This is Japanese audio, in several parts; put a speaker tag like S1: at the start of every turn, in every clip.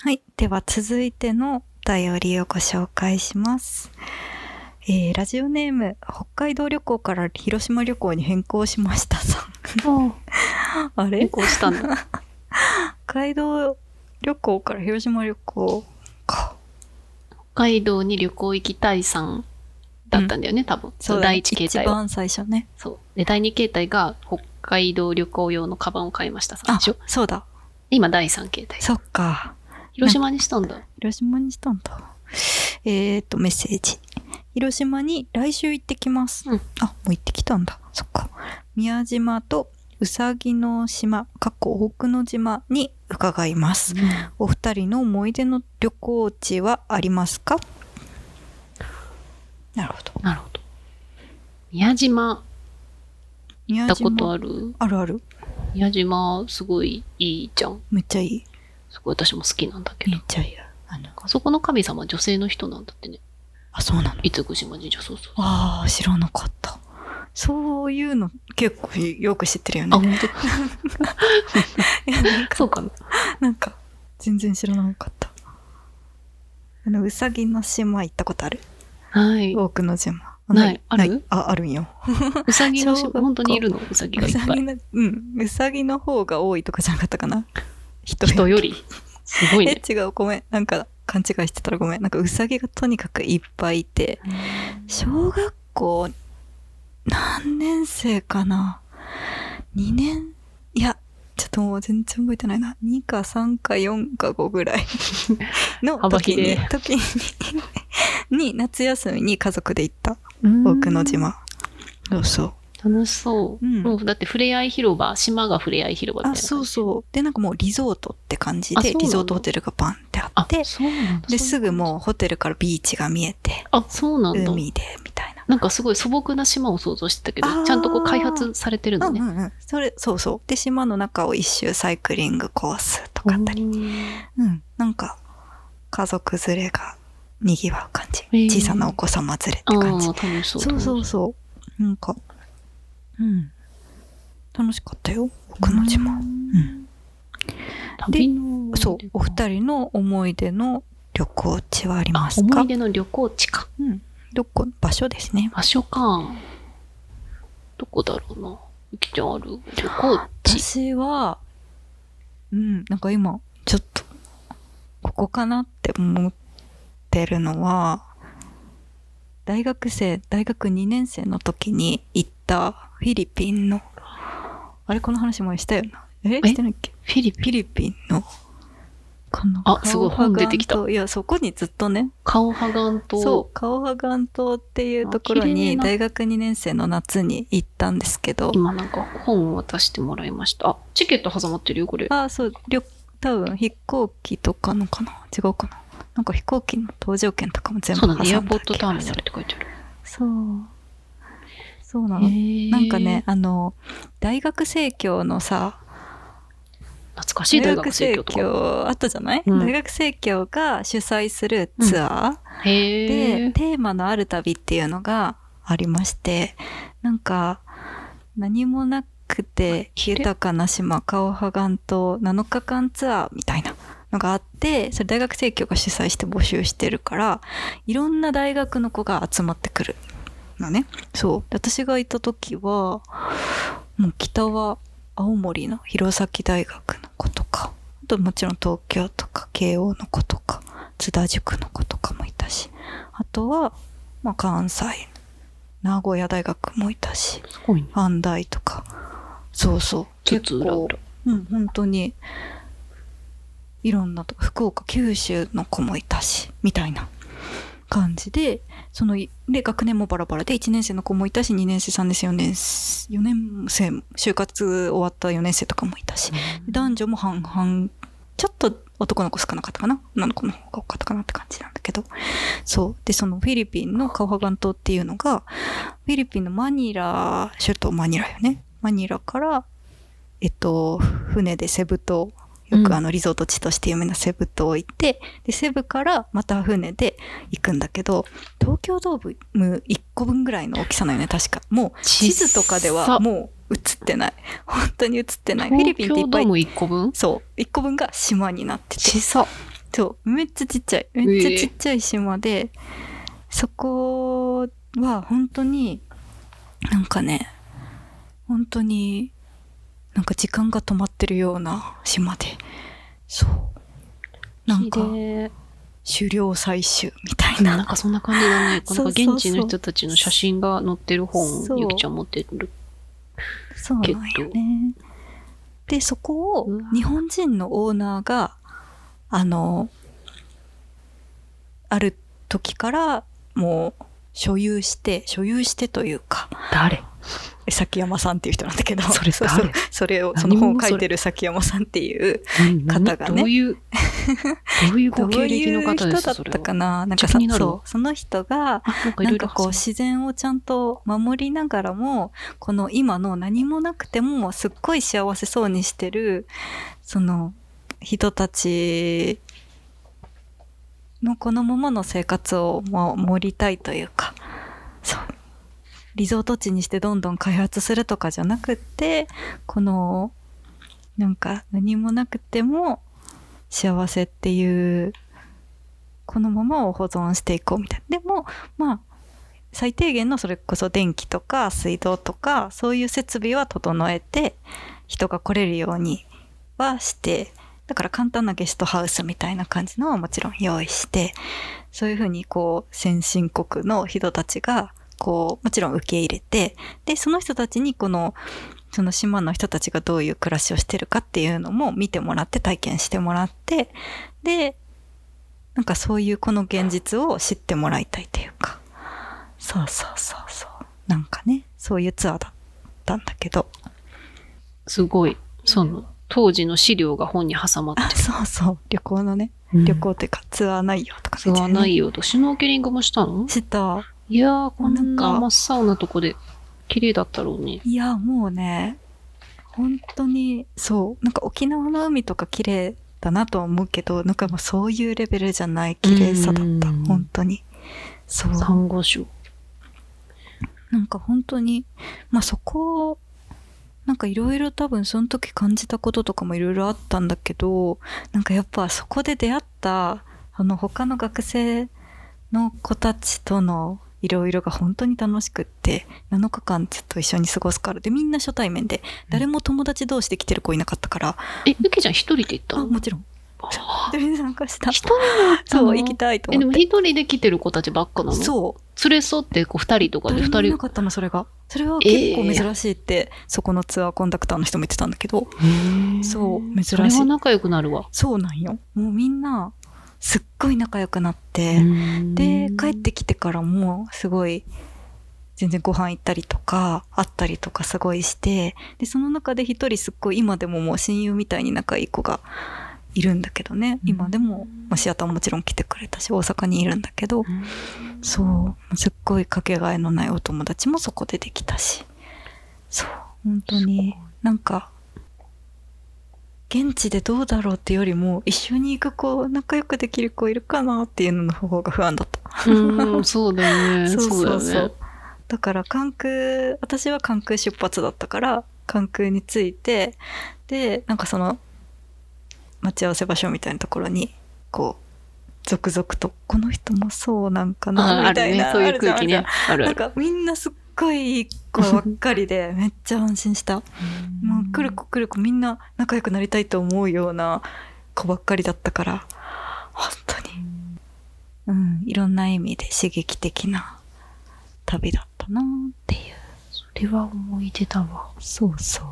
S1: はい。では続いてのお便りをご紹介します。えーラジオネーム、北海道旅行から広島旅行に変更しましたさ
S2: お
S1: ん。 あれ
S2: 結構したんだ。
S1: 北海道旅行から広島旅行か。
S2: 北海道に旅行行きたいさんだったんだよね、多分。
S1: そうだね
S2: 第一形
S1: 一
S2: 態は。
S1: 番最初ね。
S2: そう。で、第二形態が北海道旅行用のカバンを買いましたさん
S1: あ
S2: でしょ。、
S1: そうだ。
S2: 今第三形態。
S1: そっか。
S2: 広島にしたんだ。
S1: 広島にしたんだ。えー、っと、メッセージ。広島に来週行ってきます。
S2: うん
S1: あ、もう行ってきたんだ。そっか。宮島とうさぎの島、かっこ奥の島に伺います。お二人の思い出の旅行地はありますかなるほど。
S2: なるほど。宮島行
S1: 宮
S2: ったこと
S1: ある
S2: ある
S1: あるある。
S2: 宮島すごいいいじゃん。
S1: めっちゃいい。
S2: すごい私も好きなんだけ
S1: め
S2: ど
S1: っ。ちゃいい。あの、
S2: あそこの神様女性の人なんだってね。
S1: あ、そうなの。
S2: 五越島神社、そうそう。
S1: ああ、知らなかった。そういうの結構よく知ってるよ
S2: あ、
S1: ね。
S2: 本
S1: いやなん
S2: 当。
S1: か
S2: そうかな。
S1: なんか全然知らなかったあのうさぎの島行ったことある
S2: はい。
S1: 多くの島
S2: ないある
S1: ああるんよ
S2: うさぎの
S1: 小学
S2: 島、
S1: 校
S2: 本当にいるのうさぎが
S1: う
S2: いっ
S1: さ
S2: ぱ
S1: ぎ
S2: い。
S1: のうんうさぎの方が多いとかじゃなかったかな人よ
S2: 人より。すごいね。
S1: え違うごめんなんか勘違いしてたらごめんなんかうさぎがとにかくいっぱいいて小学校何年生かな2年いやちょっともう全然覚えてないな2か3か4か5ぐら いの
S2: 幅
S1: 時に
S2: 広い
S1: 時にに夏休みに家族で行った
S2: 多
S1: 奥の島そうそう
S2: 楽しそう。
S1: うん
S2: もうだって、ふれあい広場、島がふれあい広場みたい
S1: あ
S2: な。
S1: そうそうでなんかもうリゾートって感じ
S2: あそう
S1: で
S2: なの
S1: リゾートホテルがバンってあ
S2: あ
S1: って
S2: そうなんだ。
S1: で
S2: そうい
S1: す
S2: う
S1: ぐもうホテルからビーチが見えて
S2: あ、そうなんだ。
S1: 海でみたいな。
S2: なんかすごい素朴な島を想像してたけ
S1: あー
S2: ど、ちゃんとこう開発されてるの
S1: うん
S2: ね。
S1: うんうん、それそうそうで島の中を一周サイクリングコースとかあったり、うん、なんか家族連れがにぎわう感じ
S2: へー
S1: 小さなお子様連れって
S2: ああ
S1: 感
S2: ー、
S1: じ
S2: 楽しそう。
S1: そうそう
S2: 楽し
S1: そうなんかうん楽しかったよ奥の島、うん
S2: 旅の思い出か。
S1: そうお二人の思い出の旅行地はあり
S2: あ
S1: ます
S2: 思
S1: か
S2: い出の旅行地か。
S1: うん、どこ場所ですね
S2: 場所か。どこだろうな。ゆきちゃんある旅行地。
S1: 私はうんなんか今ちょっとここかなって思ってるのは大学生大学2年生の時に行ったフィリピンのあれこの話前したよなえ
S2: え
S1: してないっけ
S2: フィリピン。
S1: フィリピンのこの
S2: あすごい
S1: カオハガン
S2: 本出てきた
S1: 島いやそこにずっとね
S2: カオハガン島。
S1: そうカオハガン島っていうところ
S2: あ綺麗
S1: に
S2: な
S1: 大学2年生の夏に行ったんですけど
S2: 今なんか本を渡してもらいました。あ、チケット挟まってるよ、これ。
S1: ああそう旅多分飛行機とかのかな違うかななんか飛行機の搭乗券とかも全部
S2: そ
S1: 挟
S2: うんな
S1: だ
S2: んだ。エアポート
S1: 気
S2: タ
S1: が
S2: ーミ
S1: す
S2: ナル
S1: る
S2: って書いてある。
S1: そうそうなの、な
S2: なん
S1: かね、あの大学生協のさ
S2: 懐かしい大学生協とか。
S1: 協あったじゃない、
S2: うん
S1: 大学生協が主催するツアーで、
S2: へえ。
S1: テーマのある旅っていうのがありましてなんか何もなくて
S2: 綺麗
S1: 豊かな島カオハガン島7日間ツアーみたいなのがあってそれ大学生協が主催して募集してるからいろんな大学の子が集まってくるのねそうで私がいた時はもう北は青森の弘前大学の子とかあともちろん東京とか慶応の子とか津田塾の子とかもいたしあとは、まあ、関西名古屋大学もいたし
S2: すごいね。
S1: 阪大とかそうそう
S2: つつ
S1: 結
S2: 裏
S1: 構
S2: 裏。
S1: うん本当にいろんなとこ福岡九州の子もいたしみたいな感じでそのいで学年もバラバラで1年生の子もいたし2年生3年生4年生4年生も就活終わった4年生とかもいたし男女も半々ちょっと男の子少なかったかな女の子の方が多かったかなって感じなんだけどそうでそのフィリピンのカオハガン島っていうのがフィリピンのマニラ首都マニラよねマニラからえっと船でセブ島よ
S2: うん
S1: くあのリゾート地として有名なセブ島行って、でセブからまた船で行くんだけど東京ドーム1個分ぐらいの大きさなよね確かもう
S2: ちっ
S1: 地
S2: さ
S1: 図とかではもう映ってない本当に映ってないフィリピンっていっぱ
S2: 東京ドー
S1: い
S2: ム1個分
S1: そう1個分が島になってて
S2: さ。
S1: そうめっちゃちっちゃいめっちゃちっちゃい島で、そこは本当になんかね本当になんか時間が止まってるような島でそうなんか
S2: 綺麗
S1: 狩猟採集みたい
S2: なん
S1: な
S2: かそんな感じだね。
S1: そうそ
S2: なんか
S1: うそう
S2: 現地の人たちの写真が載ってる本
S1: そ
S2: を
S1: う
S2: ゆきちゃん持ってる。
S1: そうなんよねでそこを
S2: うわ
S1: 日本人のオーナーがあのある時からもう所有して所有してというか
S2: 誰
S1: 江崎山さんっていう人なんだけど
S2: それ
S1: うそう
S2: 誰
S1: それを
S2: 何
S1: その本
S2: 者
S1: を書
S2: そ
S1: い
S2: れ
S1: てる崎山さんっていう
S2: 方
S1: 方がね
S2: どういう、どういう
S1: ど
S2: ご
S1: う
S2: 経歴の
S1: いう
S2: 方
S1: 人
S2: で
S1: だ
S2: す
S1: った
S2: それは
S1: かななん
S2: ちょ
S1: か
S2: っと
S1: さ
S2: 気になる
S1: そうその人が
S2: あなんかい
S1: な
S2: ろ
S1: ん
S2: いろ
S1: かこう
S2: 話
S1: 自然をちゃんと守りながらもこの今の何もなくてもすっごい幸せそうにしてるその人たちのこのままの生活を守りたいというかそうリゾート地にしてどんどん開発するとかじゃなくってこのなんか何もなくても幸せっていうこのままを保存していこうみたいなでもまあ最低限のそれこそ電気とか水道とかそういう設備は整えて人が来れるようにはしてだから簡単なゲストハウスみたいな感じのはもちろん用意してそういうふうにこう先進国の人たちがこうもちろん受け入れてでその人たちにこのその島の人たちがどういう暮らしをしてるかっていうのも見てもらって体験してもらってでなんかそういうこの現実を知ってもらいたいというかそうそうそうそうなんかねそういうツアーだったんだけど
S2: すごい。その、当時の資料が本に挟まって
S1: あ そうそう旅行のね
S2: る。
S1: 旅行というか、ツアー内容とか
S2: ツアー内
S1: 容
S2: 容とシュノーケリングもしたの
S1: 知った
S2: いやー、こん
S1: なん
S2: な
S1: か
S2: 真っ青なとこで綺麗だったろうね。
S1: いやもうね本当にそうなんか沖縄の海とか綺麗だなとは思うけどなんかもうそういうレベルじゃない綺麗さだった
S2: うん
S1: 本当にそう
S2: サンゴ礁。
S1: なんか本当にまあそこをなんかいろいろ多分その時感じたこととかもいろいろあったんだけどなんかやっぱそこで出会ったあの他の学生の子たちとのいろいろが本当に楽しくって7日間ずっと一緒に過ごすからでみんな初対面で誰も友達同士で来てる子いなかったから、
S2: え、ゆきちゃん一人で行った
S1: あ
S2: の
S1: もちろん
S2: あ
S1: でみんな参加した
S2: 一人だったの
S1: そう行きたいと
S2: え、で
S1: 思
S2: も
S1: って
S2: 一人で来てる子たちばっかなの
S1: そう
S2: 連れ添ってこう二人とか
S1: 誰
S2: で二
S1: もいな
S2: 人
S1: かったのそれがそれは結構珍しいって、そこのツアーコンダクターの人も言ってたんだけどそう珍しい
S2: それは仲良くなるわ
S1: そうなんよもうみんなすっごい仲良くなって、で
S2: で
S1: 帰ってきてからもすごい全然ご飯行ったりとか会ったりとかすごいしてでその中で一人すっごい今でももう親友みたいに仲いい子がいるんだけどね
S2: うん
S1: 今でも、まあ、シアターももちろん来てくれたし大阪にいるんだけどそうすっごいかけがえのないお友達もそこでできたしそう本当になんか現地でどうだろうってよりも一緒に行く子仲良くできる子いるかなっていうのの方が不安だった
S2: うんそうだよね
S1: そう
S2: そうだ
S1: そ
S2: よ
S1: うそう
S2: ね
S1: だから関空私は関空出発だったから関空に着いてでなんかその待ち合わせ場所みたいなところにこう続々とこの人もそうなんか
S2: あ
S1: な
S2: あ
S1: みた
S2: る
S1: いな
S2: ねそうい
S1: あ
S2: う
S1: るじゃん
S2: 空気
S1: みたい
S2: ね
S1: な
S2: ある
S1: な
S2: あ
S1: ん
S2: る
S1: かみんなすっごいいい子ばっかりでめっちゃ安心したもう来る子来る子みんな仲良くなりたいと思うような子ばっかりだったから本当にうんいろんな意味で刺激的な旅だったなっていう
S2: それは思い出だわ
S1: そうそう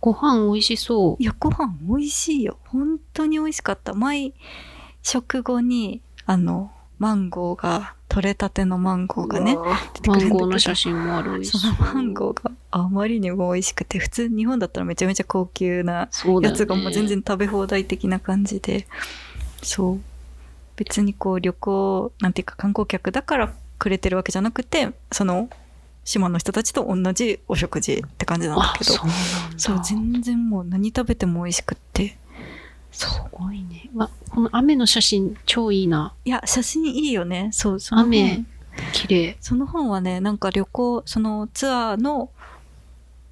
S2: ご飯美味しそ
S1: いやご飯美味しいよ本当に美味しかった毎食後にあのマンゴーが取れたてのマンゴ
S2: う
S1: ーがね
S2: うわー
S1: てく
S2: マ
S1: るんだけど
S2: ンゴーの写真もある
S1: そのマンゴーがあまりにも美味しくて普通日本だったらめちゃめちゃ高級な
S2: ー
S1: やつがもう全然食べ放題的な感じでそう別にこう旅行なんていうか観光客だからくれてるわけじゃなくてその島の人たちと同じお食事って感じなんだ
S2: あ
S1: けど
S2: そうなんだ
S1: そう全然もう何食べても美味しくって
S2: すごいねわこの雨の写真超いいない
S1: や写真いいよねそうその
S2: 雨綺麗
S1: その本はねなんか旅行そのツアーの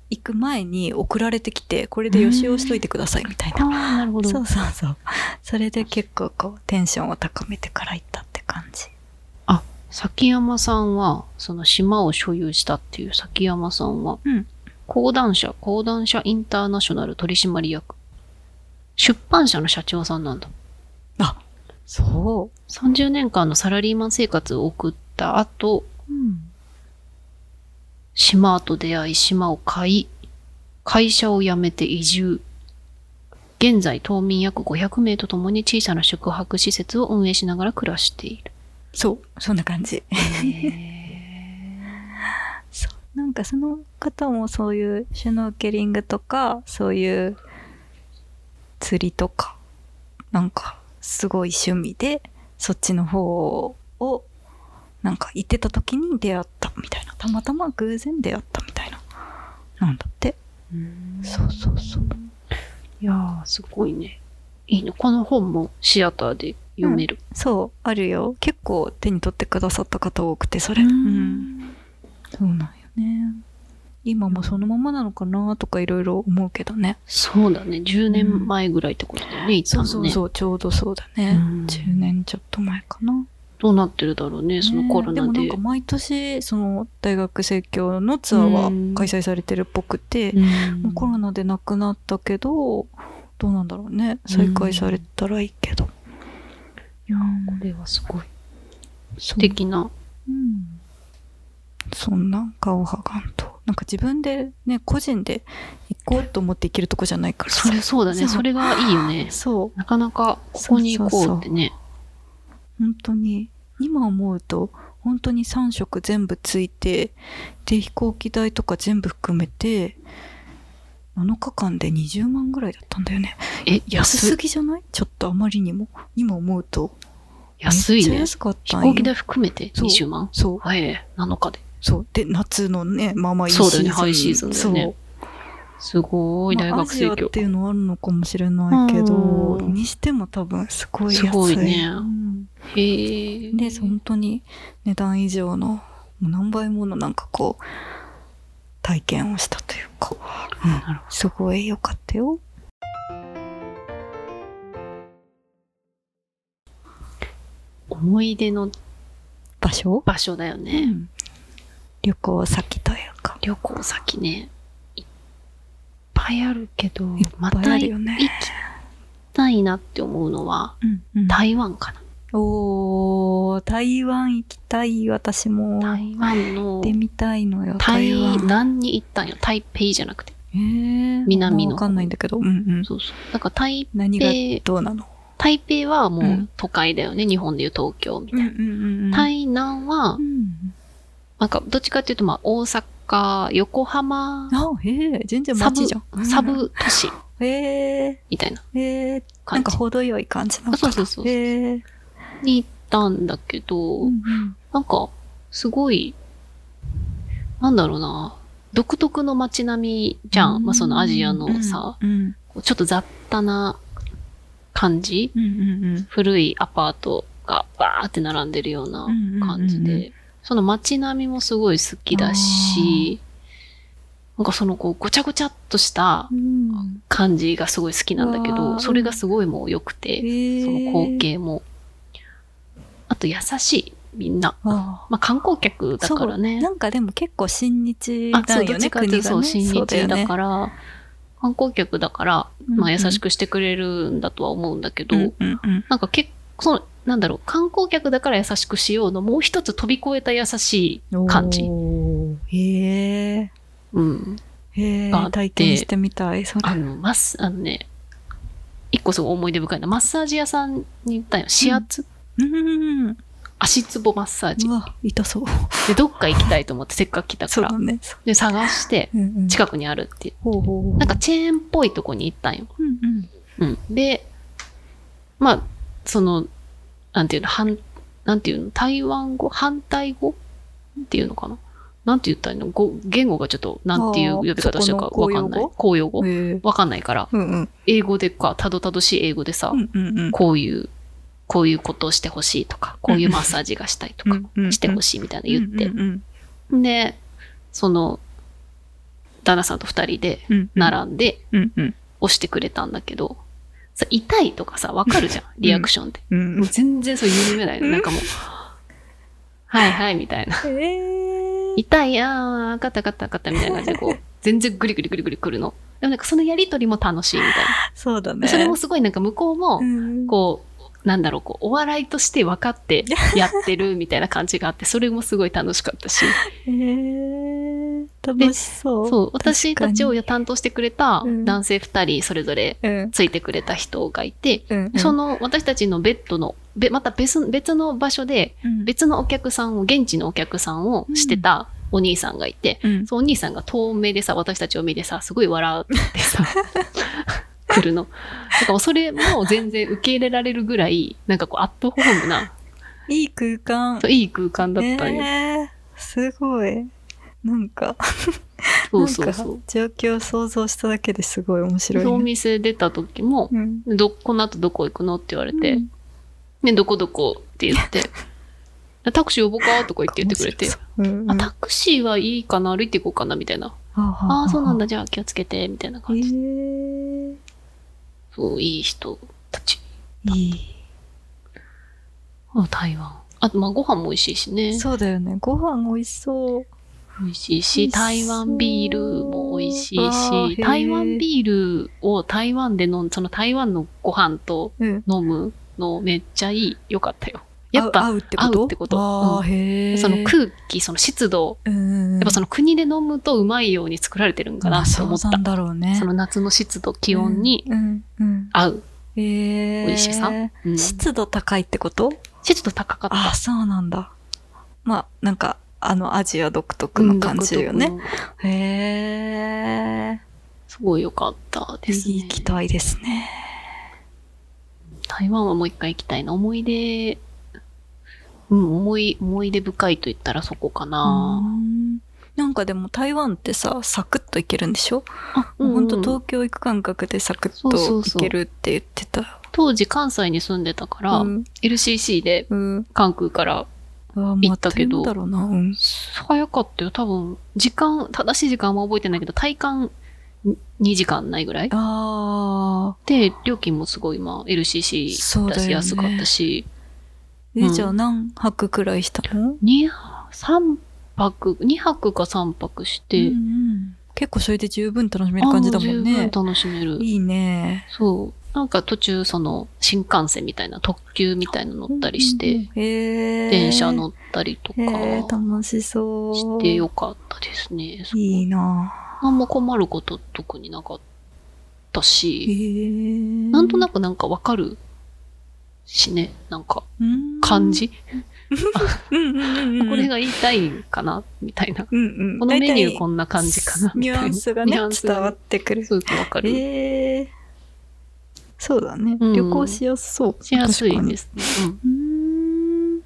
S1: 行く前に送られてきてこれで予習をしといてくださいみたい
S2: あ
S1: な、
S2: あ、なるほど。
S1: そうそうそうそれで結構こうテンションを高めてから行ったって感じ
S2: 崎山さんは、その島を所有したっていう崎山さんは、
S1: うん
S2: 講談社、講談社インターナショナル取締役。出版社の社長さんなんだ。
S1: あそ
S2: 30年間のサラリーマン生活を送った後、
S1: う、うん、
S2: 島と出会い、島を買い、会社を辞めて移住。現在、島民約500名と共に小さな宿泊施設を運営しながら暮らしている。
S1: そうそんな感じなんかその方もそういうシュノーケリングとかそういう釣りとかなんかすごい趣味でそっちの方をなんか行ってた時に出会ったみたいなたまたま偶然出会ったみたいななんだってそうそうそう
S2: いやー、すごいね。いいの。この本もシアターで読める。
S1: そうあるよ結構手に取ってくださった方多くてそれうんそうなんよね今もそのままなのかなとかいろいろ思うけどね
S2: そうだね。10年前ぐらいってことだよね、いつ
S1: そ
S2: も
S1: う
S2: ね。
S1: そうそうちょうどそうだね、
S2: うん
S1: 10年ちょっと前かな、
S2: どうなってるだろうね、そのコロナ
S1: ね
S2: で。
S1: もなんか毎年その大学生協のツアーは
S2: うん
S1: 開催されてるっぽくて、
S2: うん
S1: まあコロナでなくなったけどどうなんだろうね再開されたらいいけど、
S2: いやーこれはすごい。
S1: そ
S2: 素
S1: う
S2: 敵な。
S1: うんそんな顔はがんとなんか自分でね個人で行こうと思って行けるとこじゃないからさ
S2: それそうだね。
S1: そう
S2: それがいいよね。
S1: そう
S2: なかなかここに行こうってね。
S1: 本当に今思うと本当に3食全部ついてで飛行機代とか全部含めて7日間で20万ぐらいだったんだよね
S2: え、
S1: 安
S2: 安
S1: すぎじゃないちょっとあまりにも今思うと
S2: 安
S1: めっ
S2: い
S1: ちゃ
S2: ね。
S1: 安かった
S2: 飛
S1: んよ
S2: 行機代含めて
S1: そう
S2: 20万
S1: そう
S2: はい、え7日で。
S1: そうで夏のねまあまあいいシ
S2: そ
S1: ー
S2: う
S1: ズ
S2: だ
S1: ン
S2: よね、ハイシーズンだよね。すごい、
S1: まあ
S2: 大学生
S1: アジアっ
S2: 協
S1: ていうのはあるのかもしれないけど
S2: うん
S1: にしても多分すごい安い
S2: すごいね
S1: うん
S2: へえ。
S1: で本当に値段以上のもう何倍ものなんかこう体験をしたというか、うん
S2: なるほ
S1: すごい良かったよ。
S2: ど思い出の
S1: 場所、
S2: 場所だよ
S1: う
S2: ね。
S1: ん旅行先というか
S2: 旅行先ね。いっぱいあるけど
S1: いっ、ぱ
S2: また
S1: いある
S2: 行
S1: よ
S2: き
S1: ね。
S2: たいなって思うのは、
S1: うんうん
S2: 台湾かな。
S1: おー台湾行きたい私も行
S2: 台湾の
S1: っ、てみたいのよ
S2: 台
S1: 台湾。
S2: 南に行ったんよ。台北じゃなくて。
S1: えー
S2: 南の
S1: わかんないんだけど、うんうん、
S2: そうそう。なんか台
S1: 何が
S2: 北、
S1: どうなの、
S2: 台北はも
S1: う
S2: うん都会だよね。日本でいう東京みたい
S1: うん
S2: な。
S1: うんうん、
S2: 台南は
S1: う、ん
S2: なんかどっちかっていうと、まあ大阪、横浜、
S1: あへえ全然街じゃん。
S2: サブ都市
S1: へえ
S2: みたいな
S1: えー、な
S2: 感
S1: んか
S2: じ
S1: 程よい感じなのか
S2: あ
S1: な。
S2: そうそうそうそう
S1: へー
S2: に行ったんだけど、
S1: うんうん
S2: なんか、すごい、なんだろうな、独特の街並みじゃん。まあ、そのアジアのさ、、
S1: うん
S2: こうちょっと雑多な感じ
S1: うんうんうん
S2: 古いアパートがバーって並んでるような感じで、
S1: うんうんうん
S2: その街並みもすごい好きだし、なんかそのこう、ごちゃごちゃっとした
S1: うん、
S2: 感じがすごい好きなんだけ
S1: うわー
S2: ど、それがすごいもう良くて、
S1: そ
S2: その光景も。あと優しい、みんな。
S1: あ
S2: まあ観光客
S1: ー
S2: だから
S1: そう
S2: ね
S1: な。んかでも結構親日
S2: あ、
S1: だ
S2: そう、ど
S1: よ
S2: っ
S1: ね
S2: ちかっていうと、そう、
S1: 国
S2: 親
S1: がね
S2: 日だから、観光客だから、まあ優し
S1: く
S2: くしてくれるんだとは思うんだけど、
S1: うんうんうん
S2: なんか結構、その、なんだろう、観光客だから優しくしようの、もう一つ飛び越えた優しい感じ。
S1: おーへえ
S2: うん。
S1: へえ
S2: があって
S1: 体験してみたいそれ
S2: あの、マッス、あのね、一個すごい思い出深いのはマッサージ屋さんに行ったよ。指圧、
S1: うん
S2: 足つぼマッサージ
S1: う。わ痛そう
S2: で、どっか行きたいと思って、せっかく来たか
S1: そう
S2: ら
S1: だ。ね
S2: で、探して、
S1: く
S2: 近くにあるって。
S1: ほうほうほう
S2: なんかチェーンっぽいとこに行ったんよ。
S1: うんうん
S2: うん。で、まあ、その、なんていうの、反、なんていうの、台湾語反対語っていうのかななんて言ったらいいの語言語がちょっと、なんていう呼び方したか
S1: あーそこ
S2: わ
S1: の
S2: かんない
S1: 公用語。
S2: 公用語
S1: へえ
S2: わかんないから、
S1: うんうん
S2: 英語でか、たどたどしい英語でさ
S1: う、んうんうん
S2: こういう、こういうことをしてほしいとか、こういうマッサージがしたいとか、してほ
S1: し
S2: しいみたいない言って
S1: うんう、ん
S2: で、その、旦那さんと二人で
S1: うんら
S2: 並んで
S1: うんうん
S2: 押してくれたんだけど、さ、痛いとかさ、わかるじゃん、リアクションって。
S1: うん
S2: もう全然そう緩めないの。
S1: うん
S2: なんかもう、はいはいみたいな。
S1: えー、
S2: 痛いやー、ガタガタガタみたいな感じ でこう、全然グリグリグリグリくるの。でもなんかそのやりとりも楽しいみたい
S1: そうだね
S2: な。それもすごいなんか向こうも、
S1: うん
S2: こう、なんだろう、こう、お笑いとして分か ってやってるみたいな感じがあって、それもすごい楽しかったし、
S1: えー、楽しそう
S2: そう、私たちを担当してくれた
S1: うん
S2: 男性2人、それぞれ
S1: うん
S2: ついてくれた人がいて、
S1: うん
S2: その私たちのベッドの、べまた別別の場所で、
S1: うん
S2: 別のお客さんを、現地のお客さんをしてたお兄さんがいて、
S1: うん
S2: そうお兄さんが遠目でさ、私たちを見てさ、すごい笑って さ、来るの。だからそれも全然受け入れられるぐらい、なんかこう、アットホームな、
S1: いい空間
S2: そういい空間だったんよ。
S1: えー、すごいなんか
S2: そうそう
S1: な
S2: そ
S1: ん
S2: う
S1: か。状況を想像しただけですごい面白い
S2: で
S1: ね、
S2: お店出た時も、
S1: うん
S2: ど、この後どこ行くのって言われて、
S1: うん
S2: ね、どこどこって言 って、タクシー呼ぼうかとか言って言ってくれて、
S1: うんうん
S2: あ、タクシーはいいかな歩いていこうかなみたいな。ああ、そうなんだ。じゃあ気をつけて、みたいな
S1: え
S2: 感じ。
S1: ー、
S2: そう、いい人たち。
S1: い
S2: あ台湾。あと、まあ、ご飯も美味しいしね
S1: い。。そうだよね。ご飯美味しそう。
S2: 美味しい
S1: 美味し
S2: し、
S1: そう
S2: 台湾ビールも美味しい
S1: わあへ
S2: し、
S1: え
S2: 台湾ビールを台湾で飲ん、その台湾のご飯と
S1: うん。
S2: 飲むのめっちゃいい。よかったよ。やっ
S1: 合
S2: ぱ、
S1: う合うってこと
S2: 合うってこと
S1: ああ、
S2: うん
S1: へえ。
S2: その空気、その湿度、
S1: うん、
S2: やっぱそ
S1: の
S2: の国で飲むとうまいように作られてるんかなと思った
S1: そうな。んだろうね。
S2: その夏の湿度、気温に
S1: うん、うん。
S2: 合う。
S1: えー、
S2: 美味しさうん
S1: 湿度高いってこと
S2: 湿度高かった。
S1: ああ、そうなんだ。まあ、なんか、あの、アジア独特の感じよね。。へえ。
S2: すごい良かったです
S1: 次
S2: ね
S1: 行。きたいですね。
S2: 台湾はもう一回行きたいな。思い出、うん、思い、思い出深いと言ったらそこか
S1: う
S2: な。
S1: んなんかでも台湾ってさ、サクッと行けるんでしょ
S2: あ、
S1: もうほんと
S2: うん
S1: 東京行く感覚でサクッ
S2: そうそう
S1: と
S2: そ
S1: 行け
S2: う
S1: るって言ってた。
S2: 当時関西に住んでたから、
S1: うん。
S2: LCC で
S1: うん。
S2: 関空から
S1: あ
S2: 行ったけど
S1: だろうな。うん。
S2: 早かったよ。多分、時間、正しい時間は覚えてないけど、体感2時間ないぐらい。
S1: ああ。
S2: で、料金もすごい、まあ、LCC
S1: そう
S2: だ
S1: だよ
S2: し
S1: ね
S2: 安かったし、
S1: え、
S2: うん
S1: じゃあ何泊くらいしたの
S2: 二3泊、2泊か3泊して、
S1: うんうん結構それで十分楽しめる感じだもん
S2: あもう
S1: ね
S2: 十。分楽しめる。
S1: いいね。
S2: そう。なんか途中、その、新幹線みたいな、特急みたいなの乗ったりして、
S1: うんうんうん。へえ。
S2: 電車乗ったりとか
S1: へえ、楽しそう。
S2: してよかったですね。そ
S1: いいな
S2: 何も困ること特になかった
S1: へ
S2: し、
S1: え。
S2: なんとな
S1: く
S2: くなんかわかるしね、なんか感。じ、
S1: うんうんうんうん。
S2: これが言いたいんかなみたいな。
S1: うんうん、
S2: このメニューこ
S1: ん
S2: んな感じかなみ
S1: ニュ
S2: た
S1: ア
S2: いな。
S1: ンスがね、
S2: ニュアンスが
S1: 伝わってくる。
S2: そうそうわかる。
S1: えー、そうだね、
S2: うん
S1: 旅行しやすそう。。
S2: しやすいですすね。う
S1: うー
S2: ん
S1: ん。
S2: な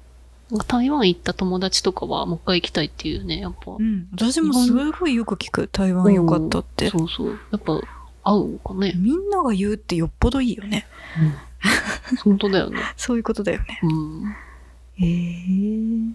S2: んか台湾行った友達とかはもう一回行きたいっていうね、やっぱ。
S1: うん。私もすごいよく聞く、台湾よかったって。
S2: そうそう。やっぱ合うのかね。
S1: みんなが言うってよっぽどいいよね。
S2: 本当だよね。
S1: そういうことだよね。
S2: うん。
S1: えー、